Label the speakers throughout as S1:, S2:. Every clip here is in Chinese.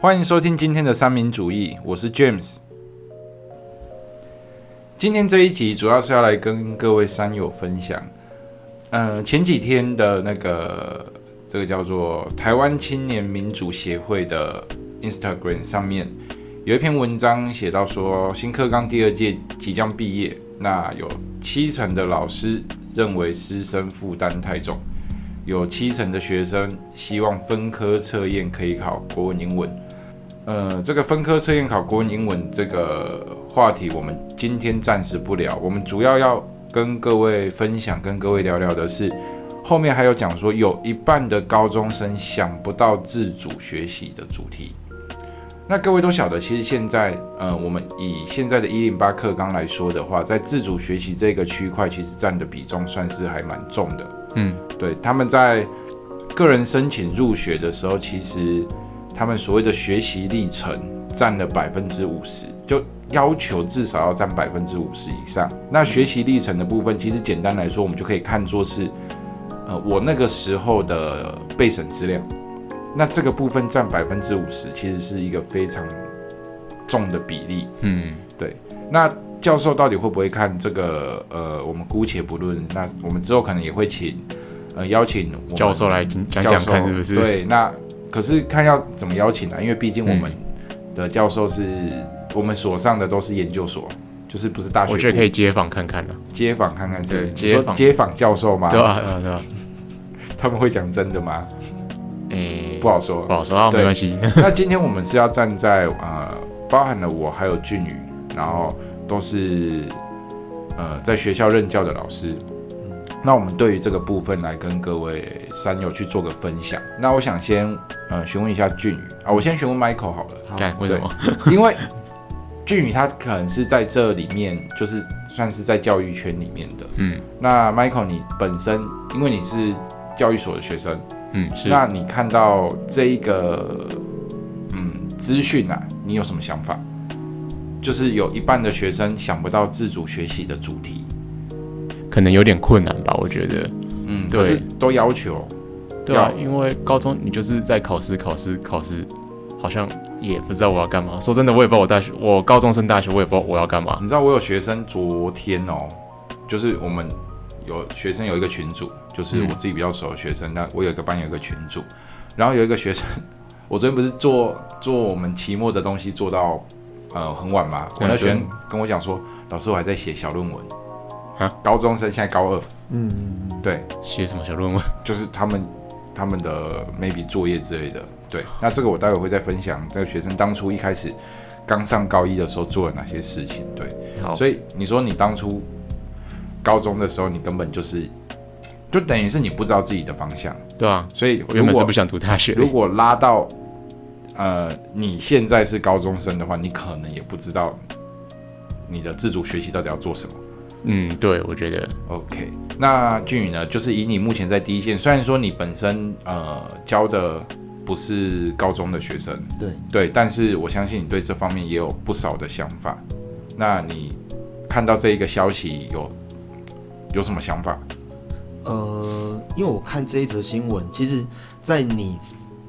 S1: 欢迎收听今天的三民主义，我是 James。今天这一集主要是要来跟各位山友分享，呃，前几天的那个这个叫做台湾青年民主协会的 Instagram 上面有一篇文章写到说，新课纲第二届即将毕业，那有七成的老师认为师生负担太重，有七成的学生希望分科测验可以考国文、英文。呃，这个分科测验考国文、英文这个话题，我们今天暂时不聊。我们主要要跟各位分享、跟各位聊聊的是，后面还有讲说，有一半的高中生想不到自主学习的主题。那各位都晓得，其实现在，呃，我们以现在的一零八课纲来说的话，在自主学习这个区块，其实占的比重算是还蛮重的。
S2: 嗯，
S1: 对，他们在个人申请入学的时候，其实他们所谓的学习历程占了百分之五十，就要求至少要占百分之五十以上。那学习历程的部分，其实简单来说，我们就可以看作是，呃，我那个时候的备审资料。那这个部分占百分之五十，其实是一个非常重的比例。
S2: 嗯，
S1: 那教授到底会不会看这个？呃，我们姑且不论。那我们之后可能也会请，呃，邀请我们
S2: 教授来讲讲
S1: 教
S2: 讲
S1: 授
S2: 看是不是？，
S1: 对，那可是看要怎么邀请啊，因为毕竟我们
S2: 嗯
S1: 的教授是、我们所上的都是研究所，就是不是大学部。
S2: 我觉得可以街访看看了，
S1: 街访看看是
S2: 对
S1: 你
S2: 街
S1: 说
S2: 访
S1: 街访教授吗？
S2: 对啊嗯吧？对吧对吧？
S1: 他们会讲真的吗？
S2: 诶，
S1: 不好 说
S2: 不。好说，啊，
S1: 对
S2: 没 关系。
S1: 那今天我们是要站在呃，包含了我还有俊宇，然后都是呃在学校任教的老师。
S2: 嗯
S1: 那我们对于这个部分来跟各位山友去做个分享。那我想先呃询问一下俊宇啊，我先询问 Michael 好了。
S2: 看为什么？
S1: 因为俊宇他可能是在这里面，就是算是在教育圈里面的。
S2: 嗯
S1: 那 Michael，你本身因为你是教育所的学生，
S2: 嗯，是
S1: 那你看到这一个嗯资讯啊，你有什么想法？就是有一半的学生想不到自主学习的主题，
S2: 可能有点困难吧，我觉得。
S1: 嗯，
S2: 对
S1: 可是都要求，
S2: 对啊
S1: 要，
S2: 因为高中你就是在考试，考试，考试，好像也不知道我要干嘛。说真的，我也不知道我大学，我高中升大学，我也不知道我要干嘛。
S1: 哦你知道我有学生昨天哦，就是我们有学生有一个群组，就是
S3: 嗯
S1: 我自己比较熟的学生，那我有一个班有一个群组，然后有一个学生， 我昨天不是做做我们期末的东西做到呃很晚嘛，我那
S2: 嗯
S1: 学生跟我讲说，老师我还在写小论文
S2: 啊，
S1: 高中生现在高二，
S3: 嗯，
S1: 对，
S2: 写什么小 论文？
S1: 就是他们他们的 maybe 作业之类的，对，那这个我待会会再分享，这个学生当初一开始刚上高一的时候做了哪些事情，对。
S2: 好，
S1: 所以你说你当初高中的时候，你根本就是，就等于是你不知道自己的方向。
S2: 对啊，
S1: 所以
S2: 我
S1: 如
S2: 原本是
S1: 果
S2: 不想读大学的。
S1: 如果拉到呃你现在是高中生的话，你可能也不知道你的自主学习到底要做什么。
S2: 嗯，对，我觉得
S1: OK，那俊宇呢？就是以你目前在第一线，虽然说你本身呃教的不是高中的学生，
S3: 对
S1: 对，但是我相信你对这方面也有不少的想法。那你看到这一个消息有有什么想法？
S3: 呃，因为我看这一则新闻，其实，在你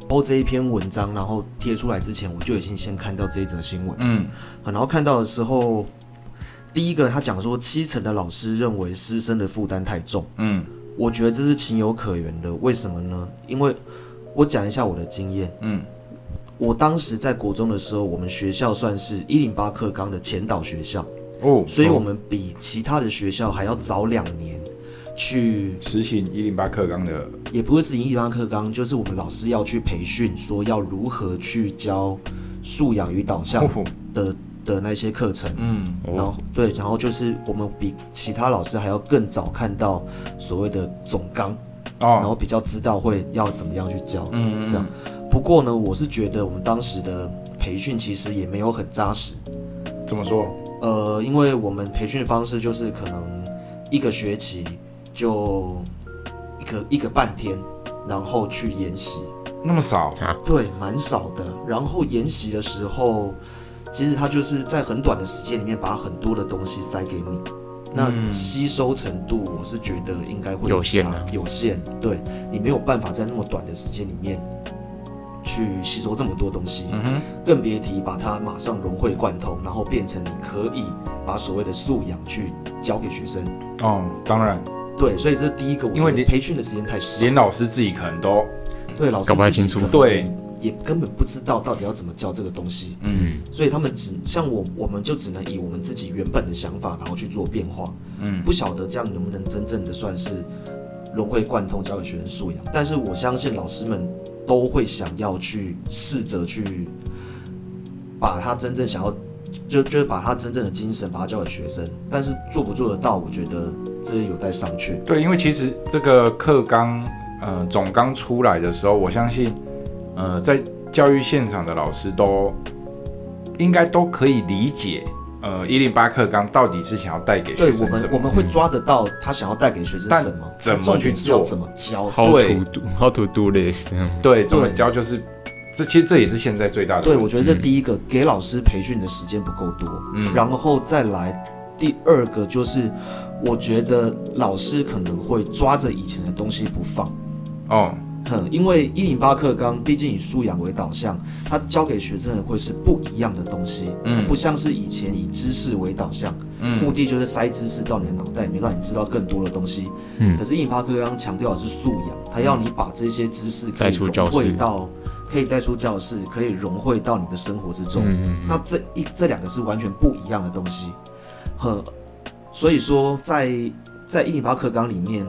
S3: 抛这一篇文章，然后贴出来之前，我就已经先看到这一则新闻，
S1: 嗯
S3: 啊然后看到的时候，第一个他讲说，七成的老师认为师生的负担太重，
S1: 嗯
S3: 我觉得这是情有可原的，为什么呢？因为我讲一下我的经验，
S1: 嗯
S3: 我当时在国中的时候，我们学校算是一零八课纲的前导学校，
S1: 哦，
S3: 所以我们比其他的学校还要早两年去
S1: 实行一零八课纲的
S3: 也不是一零八课纲，就是我们老师要去培训，说要如何去教素养与导向
S1: 哦
S3: 的的那些课程。
S1: 嗯
S3: 然后对，然后就是我们比其他老师还要更早看到所谓的总纲，然
S1: 哦
S3: 后比较知道会要怎么样去教。
S1: 嗯嗯
S3: 这样不过呢，我是觉得我们当时的培训其实也没有很扎实，
S1: 怎么说？
S3: 呃，因为我们培训方式就是可能一个学期就一个一个半天，然后去研习，
S1: 那么少？
S3: 对，蛮少的。然后研习的时候，其实它就是在很短的时间里面把很多的东西塞给你，那吸收程度我是觉得应该
S2: 嗯
S3: 会
S2: 有限
S3: 差
S2: 啊
S3: 有限。对你没有办法在那么短的时间里面去吸收这么多东西，
S1: 嗯哼，
S3: 更别提把它马上融会贯通，然后变成你可以把所谓的素养去教给学生。
S1: 哦，当然，
S3: 对，所以这第一个，我觉得
S1: 因为连
S3: 培训的时间太少，
S1: 连老师自己可能都
S3: 对老师
S2: 搞不太
S3: 自
S2: 清
S3: 己
S2: 楚
S3: 可能
S1: 对，
S3: 也根本不知道到底要怎么教这个东西，
S1: 嗯
S3: 所以他们只像我，我们就只能以我们自己原本的想法，然后去做变化。
S1: 嗯
S3: 不晓得这样能不能真正的算是融会贯通，教给学生素养。但是我相信老师们都会想要去试着去把他真正想要，就就是把他真正的精神把它教给学生。但是做不做得到，我觉得这有待商榷。
S1: 对，因为其实这个课纲呃总纲出来的时候，我相信呃在教育现场的老师都应该都可以理解。呃，一零八课纲到底是想要带给
S3: 对
S1: 学生
S3: 我
S1: 什
S3: 们，
S1: 么？
S3: 我们会抓得到他想要带给学生
S1: 但
S3: 什么，
S1: 怎么
S3: 重点
S1: 去
S3: 是要
S1: 做
S3: 怎么教。
S2: How
S1: 对
S2: to do How to do this？这样嗯
S1: 对，这么
S3: 对
S1: 教就是，这其实这也是现在最大的
S3: 对，
S1: 问题。
S3: 我觉得这第一个给老师培训的时间不够多，
S1: 嗯
S3: 然后再来第二个就是，我觉得老师可能会抓着以前的东西不放，
S1: 哦，
S3: 哼，因为一零八课纲毕竟以素养为导向，它教给学生的会是不一样的东西，
S1: 嗯
S3: 不像是以前以知识为导向，目
S1: 嗯
S3: 的就是塞知识到你的脑袋里面，让你知道更多的东西。
S2: 嗯
S3: 可是印巴克刚刚强调的是素养，他要你把这些知识可
S2: 带
S3: 以
S2: 出
S3: 融
S2: 教室
S3: 汇到，可以带出教室，可以融汇到你的生活之中。
S2: 嗯嗯
S3: 那这一这两个是完全不一样的东西，呵，所以说在在印尼巴克纲里面，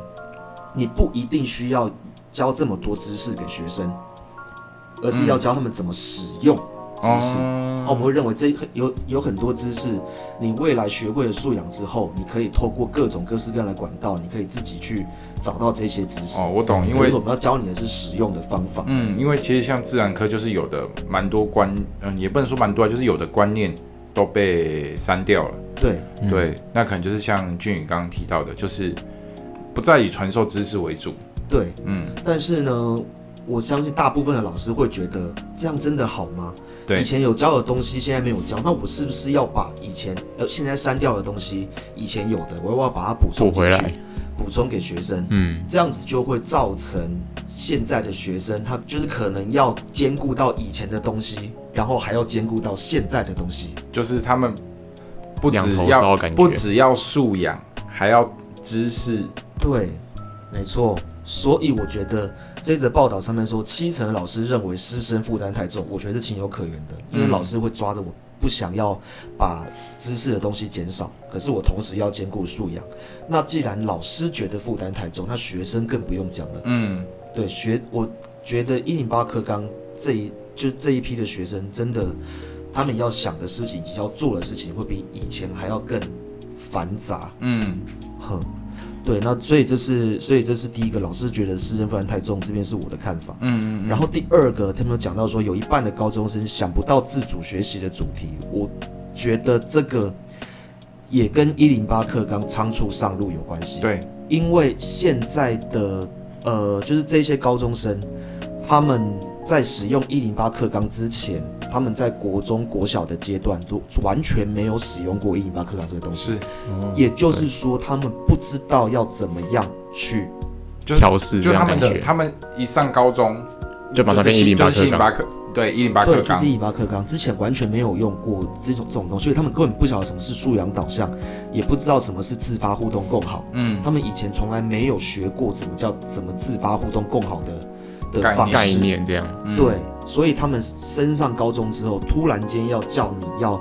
S3: 你不一定需要教这么多知识给学生，而是要教他们怎么使用知识。那我们
S1: 嗯哦，
S3: 会认为这有有很多知识，你未来学会了素养之后，你可以透过各种各式各样的管道，你可以自己去找到这些知识。
S1: 哦，我懂，因
S3: 可
S1: 为
S3: 嗯是我们要教你的是使用的方法。
S1: 嗯，因为其实像自然科就是有的蛮多观，嗯，也不能说蛮多啊，就是有的观念都被删掉了。
S3: 对
S2: 嗯
S1: 对，那可能就是像俊宇刚刚提到的，就是不再以传授知识为主。
S3: 对，
S1: 嗯，
S3: 但是呢，我相信大部分的老师会觉得这样真的好吗？
S1: 对
S3: 以前有教的东西现在没有教，那我是不是要把以前呃现在删掉的东西，以前有的，我要不要把它补充
S2: 补回
S3: 进去
S2: 来，
S3: 补充给学生？
S2: 嗯
S3: 这样子就会造成现在的学生，他就是可能要兼顾到以前的东西，然后还要兼顾到现在的东西。
S1: 就是他们不只
S2: 两头
S1: 要
S2: 烧感觉
S1: 不只要素养，还要知识。
S3: 对，没错。所以我觉得这则报道上面说，七成的老师认为师生负担太重，我觉得是情有可原的，因为
S1: 嗯
S3: 老师会抓着我不想要把知识的东西减少，可是我同时要兼顾素养。那既然老师觉得负担太重，那学生更不用讲了。
S1: 嗯，
S3: 对学，我觉得一零八课纲这一就这一批的学生，真的他们要想的事情以及要做的事情，会比以前还要更繁杂。
S1: 嗯，
S3: 哼，对，那所以这是所以这是第一个，老师觉得师生负担太重，这边是我的看法。
S1: 嗯嗯
S3: 然后第二个，他们有讲到说，有一半的高中生想不到自主学习的主题，我觉得这个也跟一零八课纲仓促上路有关系。
S1: 对，
S3: 因为现在的呃，就是这些高中生，他们在使用一零八课纲之前，他们在国中、国小的阶段都完全没有使用过一零八课纲这个东西，
S1: 是，
S3: 也就是说，他们不知道要怎么样去
S1: 就是
S2: 调试
S1: 就
S2: 这
S1: 他
S2: 样
S1: 们
S2: 感
S1: 的
S2: 觉，
S1: 他们一上高中
S2: 就马上
S1: 就是
S2: 变一零八
S1: 就是
S2: 课
S1: 108
S2: 纲，
S1: 课，对一零八
S3: 对，
S1: 课
S3: 就是
S1: 纲，
S3: 一零八课纲，之前完全没有用过这种这种东西，所以他们根本不晓得什么是素养导向，也不知道什么是自发互动共好。
S1: 嗯
S3: 他，们以前从来没有学过怎么叫怎么自发互动共好的
S1: 概
S3: 的方
S1: 念
S2: 概
S3: 式。
S2: 念这样，
S1: 嗯
S3: 对，，所以他们升上高中之后，突然间要叫你要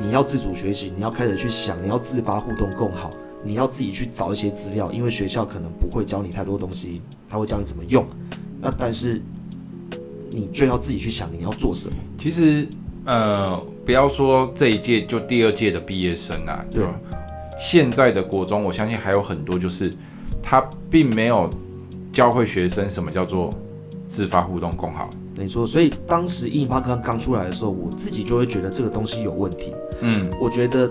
S3: 你要自主学习，你要开始去想，你要自发互动共好，你要自己去找一些资料，因为学校可能不会教你太多东西，他会教你怎么用。那但是你就要自己去想你要做什么。
S1: 其实呃，不要说这一届，就第二届的毕业生啊，
S3: 对
S1: 就现在的国中，我相信还有很多就是他并没有教会学生什么叫做自发互动共好。
S3: 没错，所以当时一零八刚刚出来的时候，我自己就会觉得这个东西有问题。
S1: 嗯
S3: 我觉得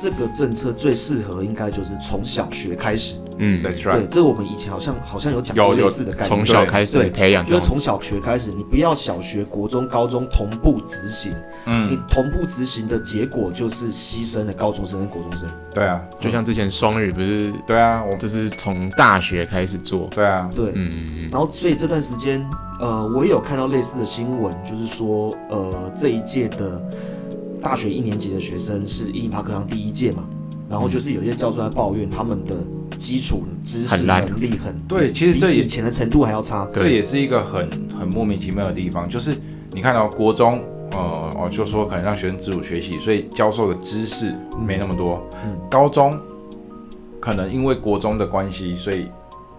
S3: 这个政策最适合应该就是从小学开始。
S2: 嗯，
S1: ，That's
S3: 对，
S1: right。
S3: 这我们以前好像好像有讲
S1: 有
S3: 过类
S1: 有
S3: 似的概念。
S2: 从小开始
S3: 对
S2: 培养
S3: 就
S2: 这
S3: 是
S2: 种，
S3: 从小学开始，你不要小学、国中、高中同步执行，你
S1: 嗯，
S3: 同步执行的结果就是牺牲了高中生跟国中生。
S1: 对啊，
S2: 就像之前双语不是，
S1: 对啊，我
S2: 就是从大学开始做，
S1: 对啊，
S3: 对，
S2: 嗯，
S3: 然后所以这段时间呃，我也有看到类似的新闻，就是说，呃，这一届的大学一年级的学生是英语帕克堂第一届嘛，然后就是有一些教授在抱怨他们的基础知识
S2: 很烂
S3: 能力很
S1: 对其实
S3: 比
S1: 这也
S3: 以前的程度还要差。
S1: 这也是一个很很莫名其妙的地方，就是你看到、国中，呃，哦，就说可能让学生自主学习，所以教授的知识没那么多。
S3: 嗯
S1: 高中可能因为国中的关系，所以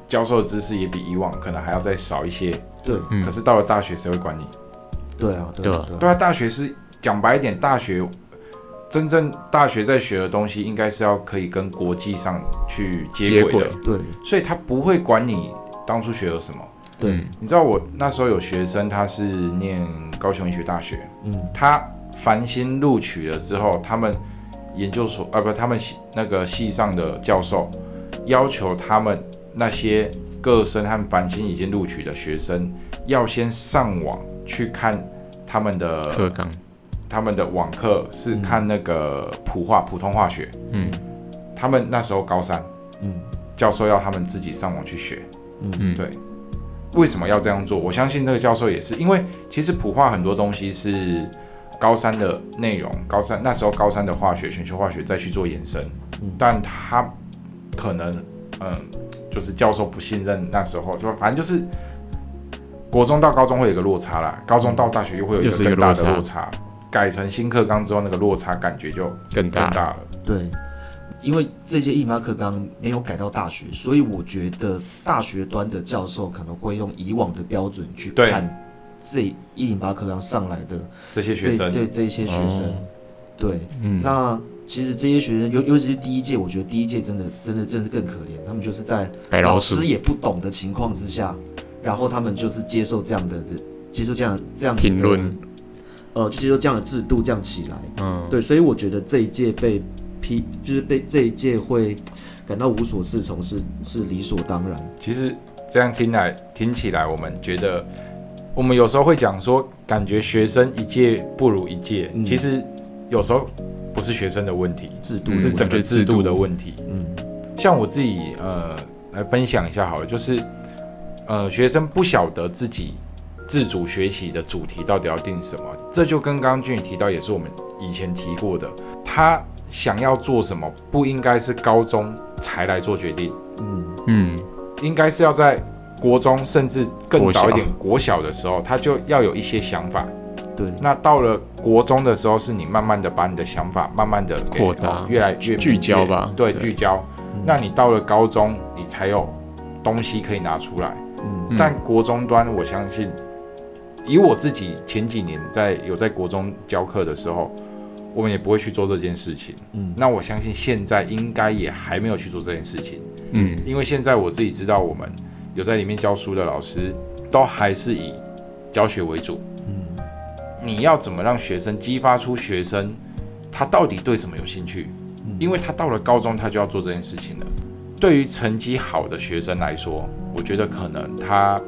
S1: 教授的知识也比以往可能还要再少一些。
S3: 对
S2: 嗯
S1: 可是到了大学，谁会管你？
S3: 对啊，对啊，对
S1: 对
S3: 啊，
S1: 啊，大学是讲白一点，大学真正大学在学的东西，应该是要可以跟国际上去接轨的，
S3: 对
S1: 所以他不会管你当初学了什么。
S3: 对，
S2: 嗯
S1: 你知道我那时候有学生，他是念高雄医学大学，
S3: 嗯
S1: 他繁星录取了之后，他们研究所啊不，他们系那个系上的教授要求他们那些各生和繁星已经录取的学生，要先上网去看他们
S2: 课
S1: 的
S2: 纲，
S1: 他们的网课是看那个普化普通话学，
S2: 嗯
S1: 他们那时候高三，
S3: 嗯
S1: 教授要他们自己上网去学。
S3: 嗯
S2: 嗯，
S1: 对为什么要这样做？我相信那个教授也是，因为其实普化很多东西是高三的内容，高三那时候高三的化学选修化学再去做延伸，
S3: 嗯
S1: 但他可能嗯，就是教授不信任那时候，就反正就是国中到高中会有一个落差啦，高中到大学又会有一
S2: 又
S1: 个
S2: 是一个
S1: 更大
S2: 落
S1: 的
S2: 差
S1: 落差。改成新课纲之后，那个落差感觉就
S2: 更
S1: 更
S2: 大
S1: 大了。
S3: 对，因为这届印巴克纲没有改到大学，所以我觉得大学端的教授可能会用以往的标准去
S1: 对
S3: 看这一零八课纲上来的
S1: 这些学
S3: 这
S1: 生，
S3: 对这些学生，
S2: 哦
S3: 对，
S2: 嗯，
S3: 那其实这些学生，尤尤其是第一届，我觉得第一届真的真的真的是更可怜，他们就是在
S2: 白老
S3: 老
S2: 鼠
S3: 师也不懂的情况之下，然后他们就是接受这样的接受这样这样的
S2: 评论，
S3: 呃，就接受这样的制度这样起来，
S2: 嗯，
S3: 对，所以我觉得这一届被批，就是被这一届会感到无所适从是是理所当然。
S1: 其实这样听来听起来，我们觉得我们有时候会讲说，感觉学生一届不如一届，
S3: 嗯
S1: 其实有时候不是学生的问题，
S3: 制度
S2: 嗯
S1: 是
S3: 是
S1: 整个制度的问题。
S3: 嗯
S1: 像我自己呃来分享一下好了，就是呃学生不晓得自己自主学习的主题到底要定什么，这就跟刚刚俊宇提到，也是我们以前提过的，他想要做什么，不应该是高中才来做决定。
S3: 嗯
S2: 嗯，
S1: 应该是要在国中甚至更早一点
S2: 国
S1: 国小的时候，他就要有一些想法。
S3: 对
S1: 那到了国中的时候，是你慢慢的把你的想法慢慢的
S2: 扩大
S1: 越来越
S2: 聚焦吧
S1: 对，
S2: 对嗯
S1: 聚焦。那你到了高中，你才有东西可以拿出来。
S3: 嗯
S2: 嗯
S1: 但国中端，我相信，以我自己前几年在有在国中教课的时候，我们也不会去做这件事情。
S3: 嗯
S1: 那我相信现在应该也还没有去做这件事情。
S2: 嗯
S1: 因为现在我自己知道，我们有在里面教书的老师，都还是以教学为主。
S3: 嗯
S1: 你要怎么让学生激发出学生他到底对什么有兴趣？
S3: 嗯
S1: 因为他到了高中，他就要做这件事情了。对于成绩好的学生来说，我觉得可能他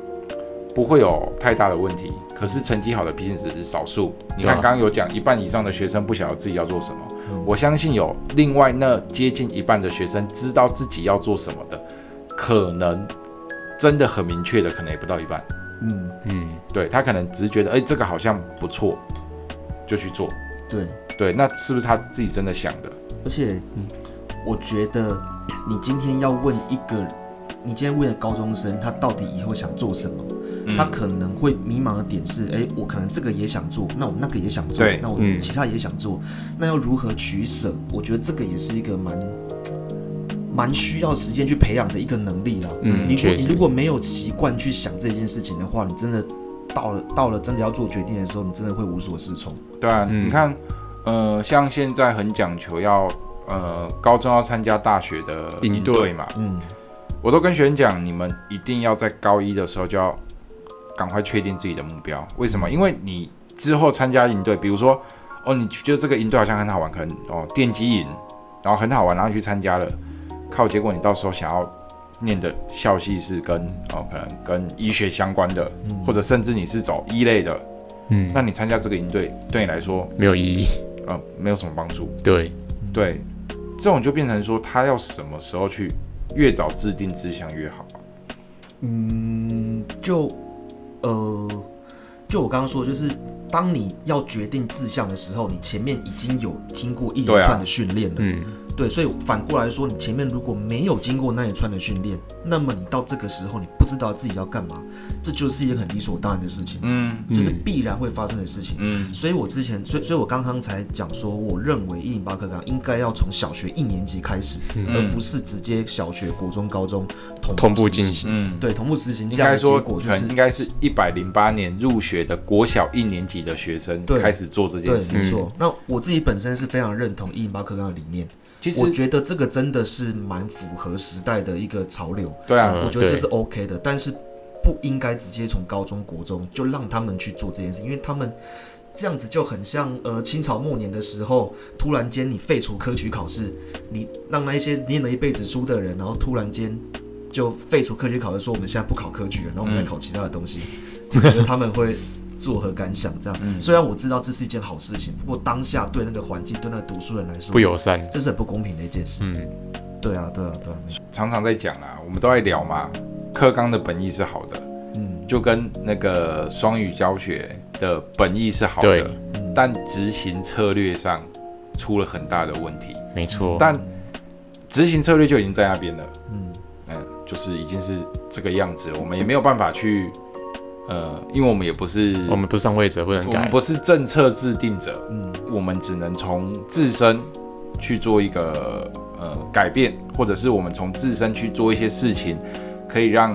S1: 不会有太大的问题。可是成绩好的毕竟只是少数。你看，
S2: 对啊
S1: 刚刚有讲一半以上的学生不晓得自己要做什么
S3: 嗯，
S1: 我相信有另外那接近一半的学生知道自己要做什么的，可能真的很明确的，可能也不到一半。
S3: 嗯
S2: 嗯，
S1: 对他可能只是觉得，哎、这个好像不错，就去做。
S3: 对，
S1: 对，那是不是他自己真的想的？
S3: 而且我觉得你今天要问一个，你今天问了高中生他到底以后想做什么，
S1: 嗯
S2: 嗯
S3: 他可能会迷茫的点是，哎，我可能这个也想做，那我那个也想做
S1: 对，
S3: 那我
S2: 嗯
S3: 其他也想做，那要如何取舍？我觉得这个也是一个蛮蛮需要时间去培养的一个能力啦。
S2: 嗯
S3: 你如
S2: 确
S3: 果你
S2: 实
S3: 如果没有习惯去想这件事情的话，你真的到了到了真的要做决定的时候，你真的会无所适从。
S1: 对啊，
S2: 嗯
S1: 你看，呃，像现在很讲求要，呃，高中要参加大学的
S2: 应
S1: 应
S2: 对
S1: 对嘛，
S3: 嗯，
S1: 我都跟学生讲，你们一定要在高一的时候就要赶快确定自己的目标。为什么？因为你之后参加营队，比如说，哦，你觉得这个营队好像很好玩，可能哦电机营，然后很好玩，然后去参加了，靠，结果你到时候想要念的校系是跟哦可能跟医学相关的，或者甚至你是走医类的，
S2: 嗯
S1: 那你参加这个营队对你来说，
S2: 没有意义，
S1: 呃，没有什么帮助。
S2: 对，
S1: 对，这种就变成说，他要什么时候去，越早制定志向越好啊。
S3: 嗯，就呃，就我刚刚说的，就是当你要决定志向的时候，你前面已经有经过一
S1: 对
S3: 连
S1: 啊
S3: 串的训练了。
S2: 嗯，
S3: 对，所以反过来说，你前面如果没有经过那一串的训练，那么你到这个时候你不知道自己要干嘛，这就是一件很理所当然的事情，
S1: 嗯
S3: 就是必然会发生的事情。
S1: 嗯
S3: 所以我之前，所以所以我刚刚才讲说，我认为一零八课纲应该要从小学一年级开始，而不是直接小学、国中、高中
S2: 嗯
S3: 同
S2: 同步
S3: 实
S2: 进
S3: 行。
S2: 行，
S1: 嗯，
S3: 对，同步实行
S1: 应
S3: 这样
S1: 该
S3: 的结
S1: 说
S3: 果就
S1: 可能应
S3: 是
S1: 该是一百零八年入学的国小一年级的学生
S3: 对
S1: 开始做这件，
S3: 对
S2: 嗯
S1: 事。
S3: 没错。那我自己本身是非常认同一零八课纲的理念，
S1: 其
S3: 我
S1: 实
S3: 觉得这个真的是蛮符合时代的一个潮流。
S1: 对啊，
S2: 嗯
S3: 我觉得这
S2: 对
S3: 是 OK 的，但是不应该直接从高中国中就让他们去做这件事，因为他们这样子就很像呃清朝末年的时候，突然间你废除科举考试，你让那一些念了一辈子书的人，然后突然间就废除科举考试，说我们现在不考科举了，然后
S2: 嗯
S3: 我们再考其他的东西，我觉得他们会。作何感想？这样，
S2: 嗯
S3: 虽然我知道这是一件好事情，不过当下对那个环境、对那个读书人来说
S2: 不，友善，
S3: 这是很不公平的一件事。
S2: 嗯，
S3: 对啊，对啊，对啊，没错
S1: 常常在讲啦，我们都在聊嘛，课纲的本意是好的，
S3: 嗯
S1: 就跟那个双语教学的本意是好
S2: 对
S1: 的，
S3: 嗯，
S1: 但执行策略上出了很大的问题。
S2: 没错，
S1: 但执行策略就已经在那边了，
S3: 嗯
S1: 嗯，就是已经是这个样子了，我们也没有办法去，呃，因为我们也不是
S2: 我们不是上位者，不能
S1: 我
S2: 改
S1: 们，不是政策制定者，
S3: 嗯，
S1: 我们只能从自身去做一个呃改变，或者是我们从自身去做一些事情，可以让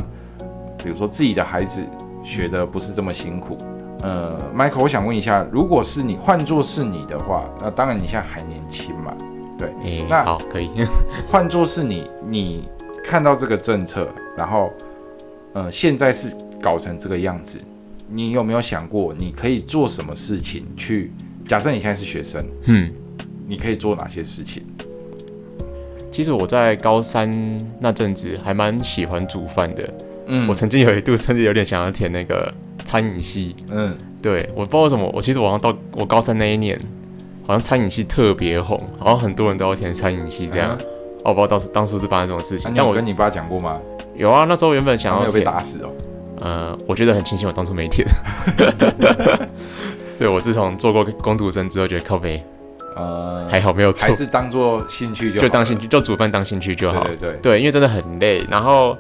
S1: 比如说自己的孩子学的不是这么辛苦。呃，Michael，我想问一下，如果是你换做是你的话，那当然你现在还年轻嘛，
S2: 诶，
S1: 那
S2: 哎好，可以，
S1: 换做是你，你看到这个政策，然后，呃，现在是搞成这个样子，你有没有想过，你可以做什么事情去？假设你现在是学生，
S2: 嗯。
S1: 你可以做哪些事情？
S2: 其实我在高三那阵子还蛮喜欢煮饭的，
S1: 嗯
S2: 我曾经有一度甚至有点想要填那个餐饮系。
S1: 嗯
S2: 对，我不知道为什么，我其实我好像到我高三那一年，好像餐饮系特别红，好像很多人都要填餐饮系这样。
S1: 嗯
S2: 哦我不知道当时当初是发生什么事
S1: 那、
S2: 情，
S1: 你
S2: 但
S1: 有
S2: 我
S1: 跟你爸讲过吗？
S2: 有啊，那时候原本想
S1: 他没
S2: 要
S1: 有被
S2: 填，
S1: 打死哦。
S2: 呃，我觉得很庆幸我当初没填。 对，我自从做过工读生之后，觉得靠背
S1: 呃，
S2: 还好没有做
S1: 还，是当做兴趣就
S2: 就当兴
S1: 趣
S2: 趣，就煮饭当兴趣就好。
S1: 对对对，
S2: 对，因为真的很累。然后，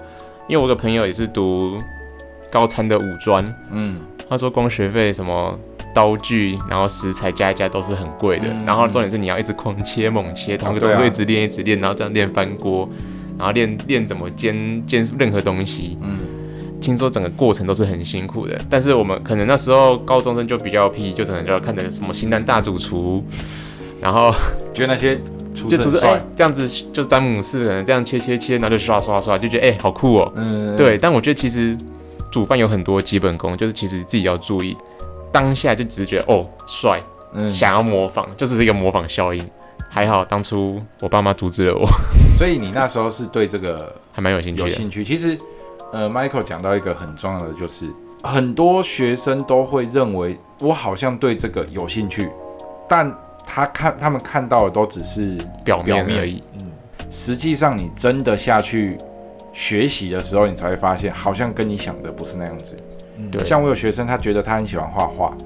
S2: 因为我有个朋友也是读高餐的五专，
S1: 嗯
S2: 他说光学费什么刀具，然后食材加一加都是很贵的。
S1: 嗯
S2: 然后重点是你要一直狂切猛切，同一个
S1: 对
S2: 动
S1: 啊
S2: 作一直练一直练，然后这样练翻锅，然后练练怎么煎煎任何东西。
S1: 嗯
S2: 听说整个过程都是很辛苦的。但是我们可能那时候高中生就比较皮，就可能就要看着什么《新南大主厨》。 然后
S1: 觉得那些厨
S2: 就
S1: 师
S2: 只
S1: 很
S2: 是哎
S1: 帅，，
S2: 这样子就是詹姆斯可能这样切切切，然后就刷刷刷，就觉得哎、好酷哦。
S1: 嗯，
S2: 对，但我觉得其实煮饭有很多基本功，就是其实自己要注意，当下就只是觉得哦帅，
S1: 嗯，
S2: 想要模仿，就只是一个模仿效应。还好当初我爸妈阻止了我，
S1: 所以你那时候是对这个
S2: 还蛮有兴趣
S1: 有
S2: 的。
S1: 兴趣。其实，呃，Michael 讲到一个很重要的，就是很多学生都会认为我好像对这个有兴趣，但他看他们看到的都只是
S2: 表面
S1: 表面
S2: 而已，
S3: 嗯。
S1: 实际上你真的下去学习的时候，你才会发现，好像跟你想的不是那样子。
S2: 对，
S1: 像我有学生，他觉得他很喜欢画画，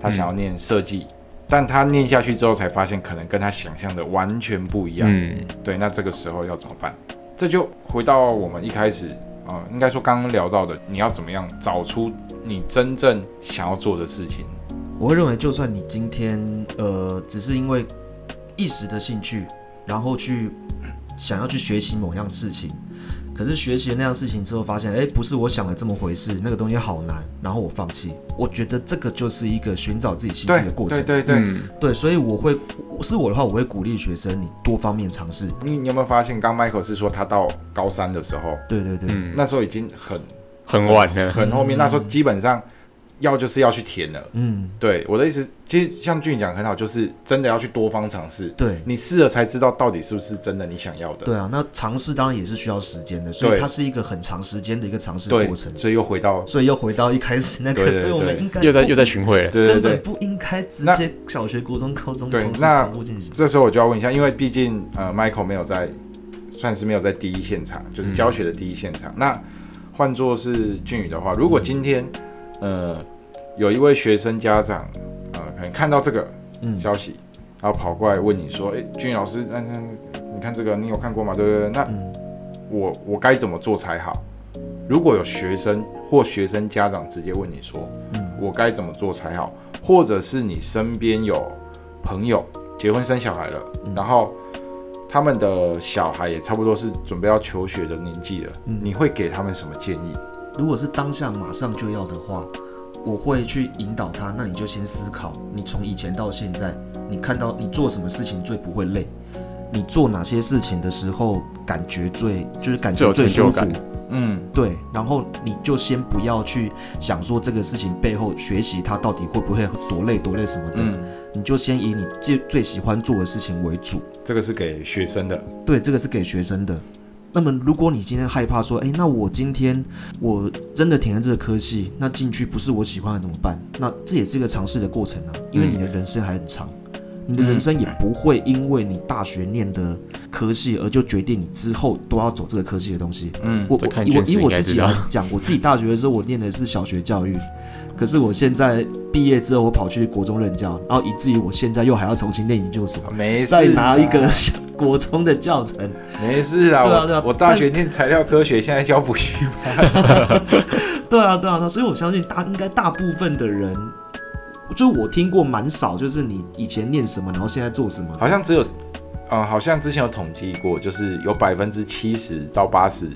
S1: 他想要念设计，但他念下去之后才发现，可能跟他想象的完全不一样。
S2: 嗯，
S1: 对，那这个时候要怎么办？这就回到我们一开始，呃，应该说刚刚聊到的，你要怎么样找出你真正想要做的事情？
S3: 我会认为，就算你今天呃只是因为一时的兴趣，然后去想要去学习某样事情，可是学习了那样事情之后，发现哎不是我想的这么回事，那个东西好难，然后我放弃。我觉得这个就是一个寻找自己兴
S1: 对
S3: 趣的过程
S1: 对。对对，
S2: 嗯
S3: 对所以我会是我的话，我会鼓励学生你多方面尝试。
S1: 你你有没有发现，刚刚 Michael 是说他到高三的时候，
S3: 对对对，
S2: 嗯，
S1: 那时候已经很
S2: 很晚了，
S1: 很后面，那时候基本上要就是要去填了。
S3: 嗯，
S1: 对我的意思，其实像俊讲得很好，就是真的要去多方尝试，
S3: 对。
S1: 你试了才知道到底是不是真的你想要的。
S3: 对啊，那尝试当然也是需要时间的，所
S1: 对
S3: 以它是一个很长时间的一个尝试
S1: 对
S3: 过程。
S1: 所以又回到
S3: 所以又回到一开始那个，
S1: 对对
S3: 我们
S1: 对
S3: 应该
S2: 又在
S3: 不
S2: 又在巡回了。
S1: 对对
S3: 根
S1: 对
S3: 本，不应该直
S1: 那
S3: 接小学、国中、高中
S1: 对
S3: 同时
S1: 那
S3: 同步进行。
S1: 这时候我就要问一下，因为毕竟呃，Michael 没有在，算是没有在第一嗯现场，就是教学的第一现场。那换作是俊宇的话，如果今天呃，有一位学生家长啊、呃，可能看到这个
S3: 嗯
S1: 消息，然后跑过来问你说：“哎、俊宇老师，那那你看这个，你有看过吗？对不对？那
S3: 嗯
S1: 我我该怎么做才好？”如果有学生或学生家长直接问你说：“
S3: 嗯
S1: 我该怎么做才好？”或者是你身边有朋友结婚生小孩了，
S3: 嗯
S1: 然后他们的小孩也差不多是准备要求学的年纪了，
S3: 嗯
S1: 你会给他们什么建议？
S3: 如果是当下马上就要的话，我会去引导他。那你就先思考，你从以前到现在，你看到你做什么事情最不会累？你做哪些事情的时候感觉最就是感
S2: 最
S3: 觉
S2: 有
S3: 最
S2: 成
S3: 舒
S2: 就
S3: 服？
S2: 感
S1: 嗯
S3: 对，然后你就先不要去想说这个事情背后学习它到底会不会多累多累什么的，
S1: 嗯，
S3: 你就先以你最最喜欢做的事情为主。
S1: 这个是给学生的，
S3: 对，这个是给学生的。那么，如果你今天害怕说，诶，那我今天我真的填了这个科系，那进去不是我喜欢的怎么办？那这也是一个尝试的过程啊，因为
S1: 嗯
S3: 你的人生还很长，你的
S1: 嗯
S3: 人生也不会因为你大学念的科系而就决定你之后都要走这个科系的东西。
S1: 嗯
S3: 我
S2: 这
S3: 我
S2: 看
S3: 以我
S2: 卷子
S3: 以
S2: 应
S3: 我
S2: 该
S3: 自己
S2: 知道
S3: 来讲，我自己大学的时候我念的是小学教育，可是我现在毕业之后我跑去国中任教，然后以至于我现在又还要重新念研究所，
S1: 没事啦，
S3: 再拿一个国中的教程，
S1: 没事啦，
S3: 对啊
S1: 我
S3: 对啊
S1: 我大学念材料科学，现在教补习班，
S3: 对啊，对啊，对啊所以我相信大应该大部分的人，就我听过蛮少，就是你以前念什么，然后现在做什么。
S1: 好像只有，呃，好像之前有统计过，就是有百分之七十到八十，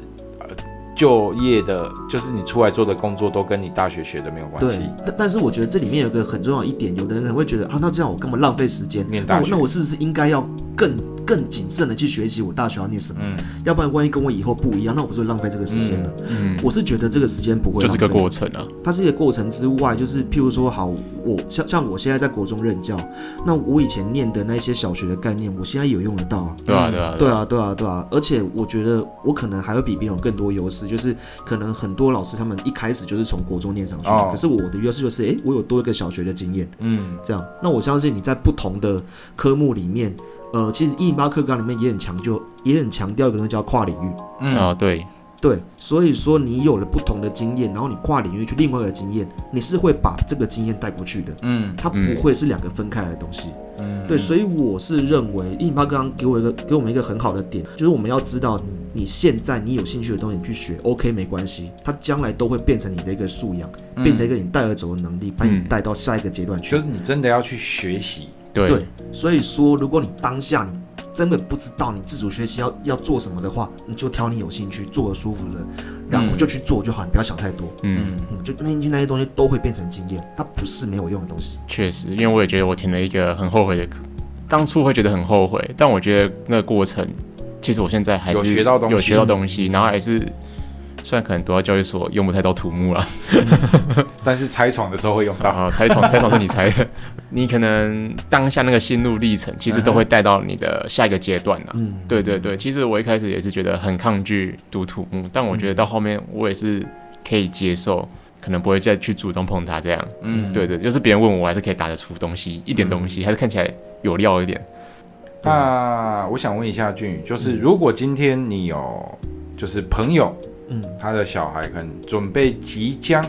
S1: 呃，就业的，就是你出来做的工作都跟你大学学的没有关
S3: 对
S1: 系，，
S3: 但但是我觉得这里面有个很重要的一点，有的人会觉得啊，那这样我干嘛浪费时间？
S1: 念大
S3: 那我
S1: 学
S3: 那我是不是应该要更更谨慎的去学习我大学要念什么？
S1: 嗯
S3: 要不然万一跟我以后不一样，那我不是浪费这个时间了？
S2: 嗯，
S3: 我是觉得这个时间不会
S2: 就是个
S3: 浪费
S2: 过程啊，
S3: 它是一个过程之外，就是譬如说，好，我像像我现在在国中任教，那我以前念的那些小学的概念，我现在有用得到啊。
S2: 对啊，对
S1: 嗯
S2: 啊，
S3: 对
S2: 啊，
S3: 啊，对啊，对啊，而且我觉得我可能还会比别人有更多优势，就是可能很多老师他们一开始就是从国中念上去，
S1: 哦
S3: 可是我的优势就是，诶，我有多一个小学的经验，
S1: 嗯
S3: 这样，那我相信你在不同的科目里面，呃，其实一零八课纲里面也很强就也很强调一个东西叫跨领域，
S1: 嗯，
S2: 啊，对，
S3: 对，所以说你有了不同的经验，然后你跨领域去另外一个经验，你是会把这个经验带过去的，
S1: 嗯
S3: 它不
S2: 嗯
S3: 会是两个分开来的东西。
S1: 嗯，
S3: 对，所以我是认为印巴刚刚给我一个给我们一个很好的点，就是我们要知道你现在你有兴趣的东西你去学，OK 没关系，它将来都会变成你的一个素养，
S1: 嗯
S3: 变成一个你带而走的能力，把你
S2: 嗯
S3: 带到下一个阶段去。
S1: 就是你真的要去学习，
S2: 对，嗯
S3: 对，所以说如果你当下你真的不知道你自主学习要要做什么的话，你就挑你有兴趣、做的舒服的，然后就去做就好，你不要想太多。
S2: 嗯，
S1: 嗯
S3: 嗯，就那些那些东西都会变成经验，它不是没有用的东西。
S2: 确实，因为我也觉得我填了一个很后悔的课，当初会觉得很后悔，但我觉得那个过程，其实我现在还是
S1: 有学到东西嗯
S2: 有学到东西，然后还是虽然可能读到教育所用不太到土木啊，
S1: 但是拆床的时候会用到，
S2: 啊， 猜床猜床是你猜的，你可能当下那个心路历程，
S1: 嗯
S2: 其实都会带到你的下一个阶段啊。
S3: 嗯，
S2: 对对对，其实我一开始也是觉得很抗拒读土木，但我觉得
S1: 嗯
S2: 到后面我也是可以接受，可能不会再去主动碰它这样。
S1: 嗯，
S2: 对对，就是别人问我，我还是可以答得出东西，一点东西，还是看起来有料一点。
S1: 那我想问一下俊宇，就是如果今天你有就是朋友，
S3: 嗯
S1: 他的小孩可能准备即将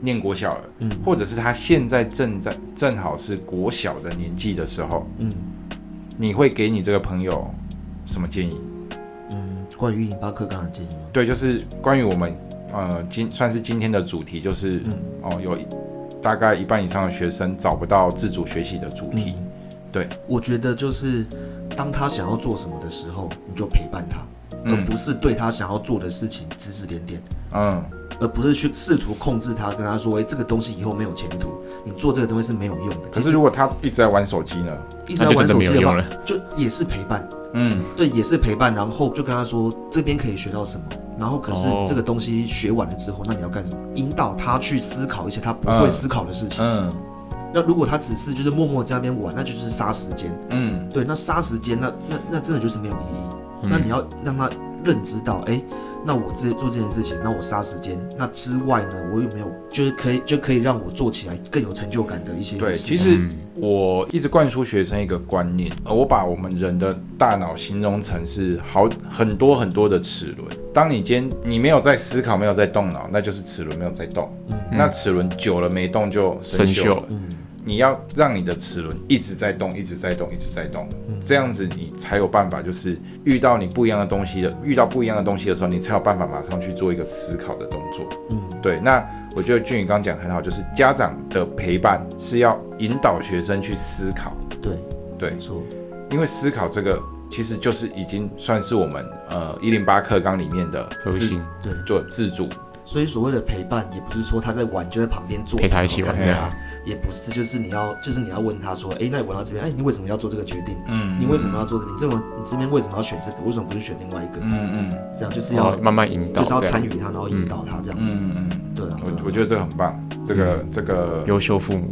S1: 念国小了，
S3: 嗯
S1: 或者是他现在正在正好是国小的年纪的时候，
S3: 嗯
S1: 你会给你这个朋友什么建议？
S3: 嗯，关于一零八课纲的建议吗？
S1: 对，就是关于我们呃今算是今天的主题，就是、
S3: 嗯
S1: 哦有一大概一半以上的学生找不到自主学习的主题。
S3: 嗯
S1: 对，
S3: 我觉得就是当他想要做什么的时候，你就陪伴他，而
S1: 嗯
S3: 不是对他想要做的事情指指点点，
S1: 嗯
S3: 而不是去试图控制他，跟他说：“哎、这个东西以后没有前途，你做这个东西是没有用的。”
S1: 可
S3: 其
S1: 是
S3: 实
S1: 如果他一直在玩手机呢？
S3: 一直
S2: 那
S3: 在
S2: 就真
S3: 玩
S2: 的
S3: 手
S2: 没
S3: 机
S2: 有
S3: 的
S2: 用
S3: 话，
S2: 了。
S3: 就也是陪伴，
S1: 嗯
S3: 对，也是陪伴。然后就跟他说这边可以学到什么，然后可是
S2: 哦
S3: 这个东西学完了之后，那你要干什么？引导他去思考一些他不会
S1: 嗯
S3: 思考的事情。
S1: 嗯
S3: 那如果他只是就是默默在那边啊玩，那就是杀时间。
S1: 嗯
S3: 对，那杀时间，那那那真的就是没有意义。
S2: 嗯
S3: 那你要让他认知到，哎、那我直接做这件事情，那我杀时间。那之外呢，我有没有就是可以就可以让我做起来更有成就感的一些
S1: 对，
S3: 事
S1: 其
S2: 嗯
S1: 实我一直灌输学生一个观念，呃我把我们人的大脑形容成是好很多很多的齿轮。当你今天你没有在思考，没有在动脑，那就是齿轮没有在动。那齿轮久了没动就生
S2: 嗯生
S1: 锈
S2: 锈
S1: 了。你要让你的齿轮一直在动，一直在动，一直在动，
S2: 嗯
S1: 这样子你才有办法，就是遇到你不一样的东西的，遇到不一样的东西的时候，你才有办法马上去做一个思考的动作。
S3: 嗯，
S1: 对。那我觉得俊宇刚讲很好，就是家长的陪伴是要引导学生去思考，
S3: 对
S1: 对
S3: 没错，
S1: 因为思考这个其实就是已经算是我们呃一零八课纲里面的
S2: 核
S1: 自
S2: 心
S1: 做自主
S3: 所以所谓的陪伴，也不是说他在玩就在旁边坐着
S2: 陪他一起玩
S3: 看着
S2: 对
S3: 他
S2: 啊，
S3: 也不是，就是你要就是你要问他说，哎诶，那你玩到这边，诶，你为什么要做这个决定？
S1: 嗯
S3: 你为什么要做这个？你这么你这边为什么要选这个？为什么不是选另外一个？
S1: 嗯嗯
S3: 这样就是要、
S2: 要哦慢慢引导
S3: 就是要
S2: 这
S3: 参
S2: 样，
S3: 与他，然后引导他这样子。
S1: 嗯嗯嗯，
S3: 对啊，对啊
S1: 我我觉得这个很棒，这个、
S2: 嗯
S1: 这个
S2: 优秀父母，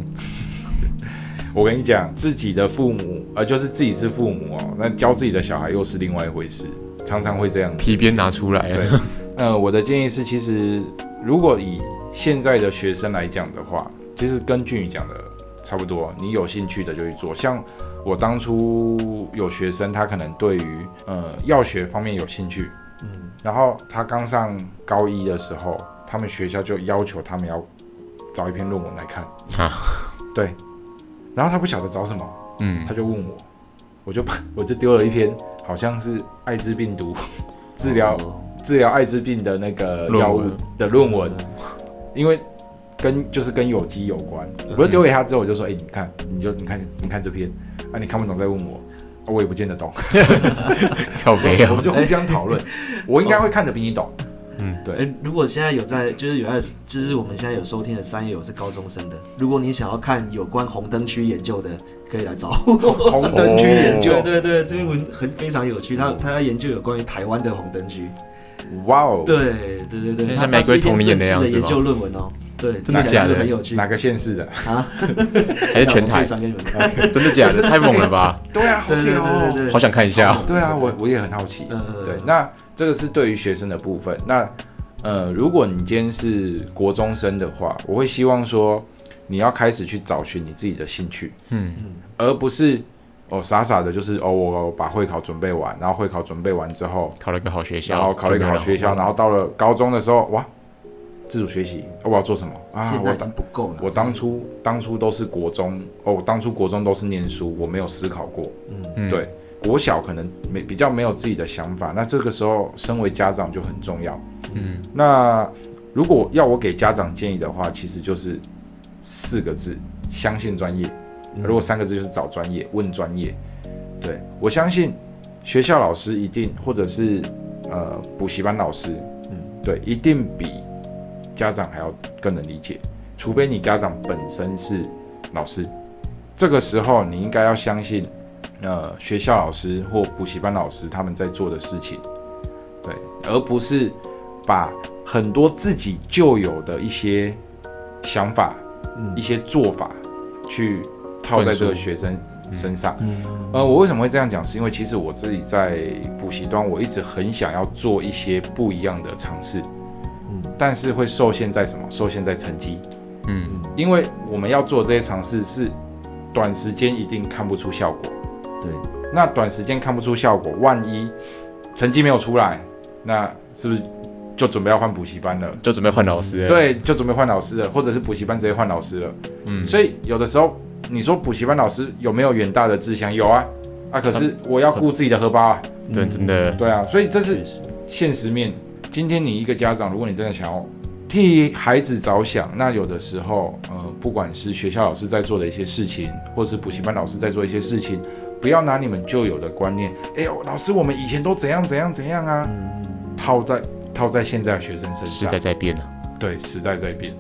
S1: 我跟你讲，自己的父母，呃，就是自己是父母哦，那教自己的小孩又是另外一回事，常常会这样子。
S2: 皮鞭拿出来
S1: 对
S2: 了，，
S1: 呃，我的建议是，其实如果以现在的学生来讲的话，其实跟俊宇讲的差不多，你有兴趣的就去做。像我当初有学生，他可能对于呃药学方面有兴趣，
S3: 嗯，
S1: 然后他刚上高一的时候，他们学校就要求他们要找一篇论文来看
S2: 啊。
S1: 对，然后他不晓得找什么，
S2: 嗯
S1: 他就问我，我就把我就丢了一篇，好像是艾滋病毒治疗
S3: 哦
S1: 治疗艾滋病的那个药物
S2: 论文
S1: 的论文，因为跟就是跟有机有关，我就丢给他之后，我就说，哎、你看，你就你看你看这篇，啊，你看不懂再问我。啊我也不见得懂，
S2: 靠背
S1: 我
S2: 啊
S1: 们，就互相讨论。我应该会看得比你懂，对
S3: 诶，哎如果现在有在，就是有在，就是我们现在有收听的三友是高中生的，如果你想要看有关红灯区研究的，可以来找我。
S1: 红灯区研究
S3: 对，对对，这篇文很非常有趣，他
S1: 哦
S3: 他在研究有关于台湾的红灯区。
S1: 哇哦，
S3: 对对对对，
S2: 那
S3: 它
S2: 像玫瑰
S3: 它是一篇
S2: 童林
S3: 正
S2: 的
S3: 式
S2: 样
S3: 的
S2: 子
S3: 研
S2: 吗
S3: 究论文哦。对，听起
S2: 哪
S3: 来
S2: 假
S3: 是不是
S2: 的
S3: 很有趣
S1: 哪个县市的？
S3: 啊？
S2: 还是全
S3: 那我可
S2: 台
S3: 以，传给你们看。
S2: 真的假 的？太猛了吧！
S1: 对啊，好
S3: 对对
S1: 屌哦！
S3: 对对对，
S2: 好想看一下哦
S1: 对啊，我我也很好奇。
S3: 呃
S1: 对，那这个是对于学生的部分。那呃，如果你今天是国中生的话，我会希望说你要开始去找寻你自己的兴趣，
S2: 嗯，
S1: 而不是哦傻傻的，就是哦我把会考准备完，然后会考准备完之后，
S2: 考了个好学校，
S1: 然后考了一个好学校，然后到了高中的时候，哇，自主学习，哦我要做什么啊？
S3: 现在
S1: 我
S3: 已经
S1: 当
S3: 不够了。
S1: 我当初当初都是国中哦，我当初国中都是念书，我没有思考过。
S2: 嗯
S1: 对，国小可能没比较没有自己的想法，那这个时候身为家长就很重要。
S2: 嗯，
S1: 那如果要我给家长建议的话，其实就是四个字：相信专业。如果三个字就是找专业，问专业。对我相信学校老师一定，或者是呃补习班老师，
S3: 嗯
S1: 嗯，对，一定比家长还要更能理解，除非你家长本身是老师，这个时候你应该要相信呃学校老师或补习班老师他们在做的事情，对，而不是把很多自己旧有的一些想法、
S3: 嗯
S1: 一些做法去套在这个
S2: 灌输
S1: 学生身上。
S3: 嗯
S1: 呃，我为什么会这样讲？是因为其实我自己在补习端，我一直很想要做一些不一样的尝试，
S3: 嗯
S1: 但是会受限在什么？受限在成绩。
S2: 嗯，
S1: 因为我们要做这些尝试是短时间一定看不出效果。
S3: 对，
S1: 那短时间看不出效果，万一成绩没有出来，那是不是就准备要换补习班了？
S2: 就准备换老师了，
S1: 对，就准备换老师了，或者是补习班直接换老师了。
S2: 嗯，
S1: 所以有的时候你说补习班老师有没有远大的志向？有啊，啊，可是我要顾自己的荷包啊。
S2: 对，真的，
S1: 对啊，所以这是
S3: 嗯确实
S1: 现实面。今天你一个家长，如果你真的想要替孩子着想，那有的时候，呃，不管是学校老师在做的一些事情，或是补习班老师在做一些事情，不要拿你们旧有的观念，哎呦，老师，我们以前都怎样怎样怎样啊，套在套在现在的学生身
S2: 时
S1: 上
S2: 代。在变啊，
S1: 对，时代在变。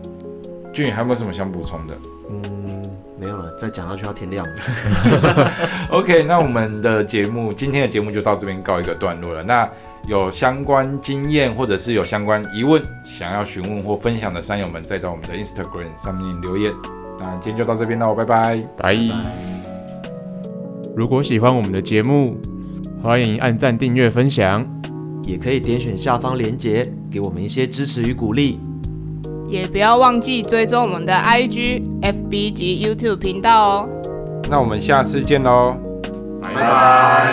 S1: 俊宇还有没有什么想补充的
S3: 嗯，没有了，再讲下去要天亮了。
S1: ？OK，那我们的节目今天的节目就到这边告一个段落了。那有相关经验或者是有相关疑问想要询问或分享的山友们，再到我们的 Instagram 上面留言。那今天就到这边喽，拜拜。
S2: 拜。如果喜欢我们的节目，欢迎按赞、订阅、分享。
S3: 也可以点选下方链接，给我们一些支持与鼓励。
S4: 也不要忘记追踪我们的 IG、FB 及 YouTube 频道哦。
S1: 那我们下次见喽。
S2: 拜拜。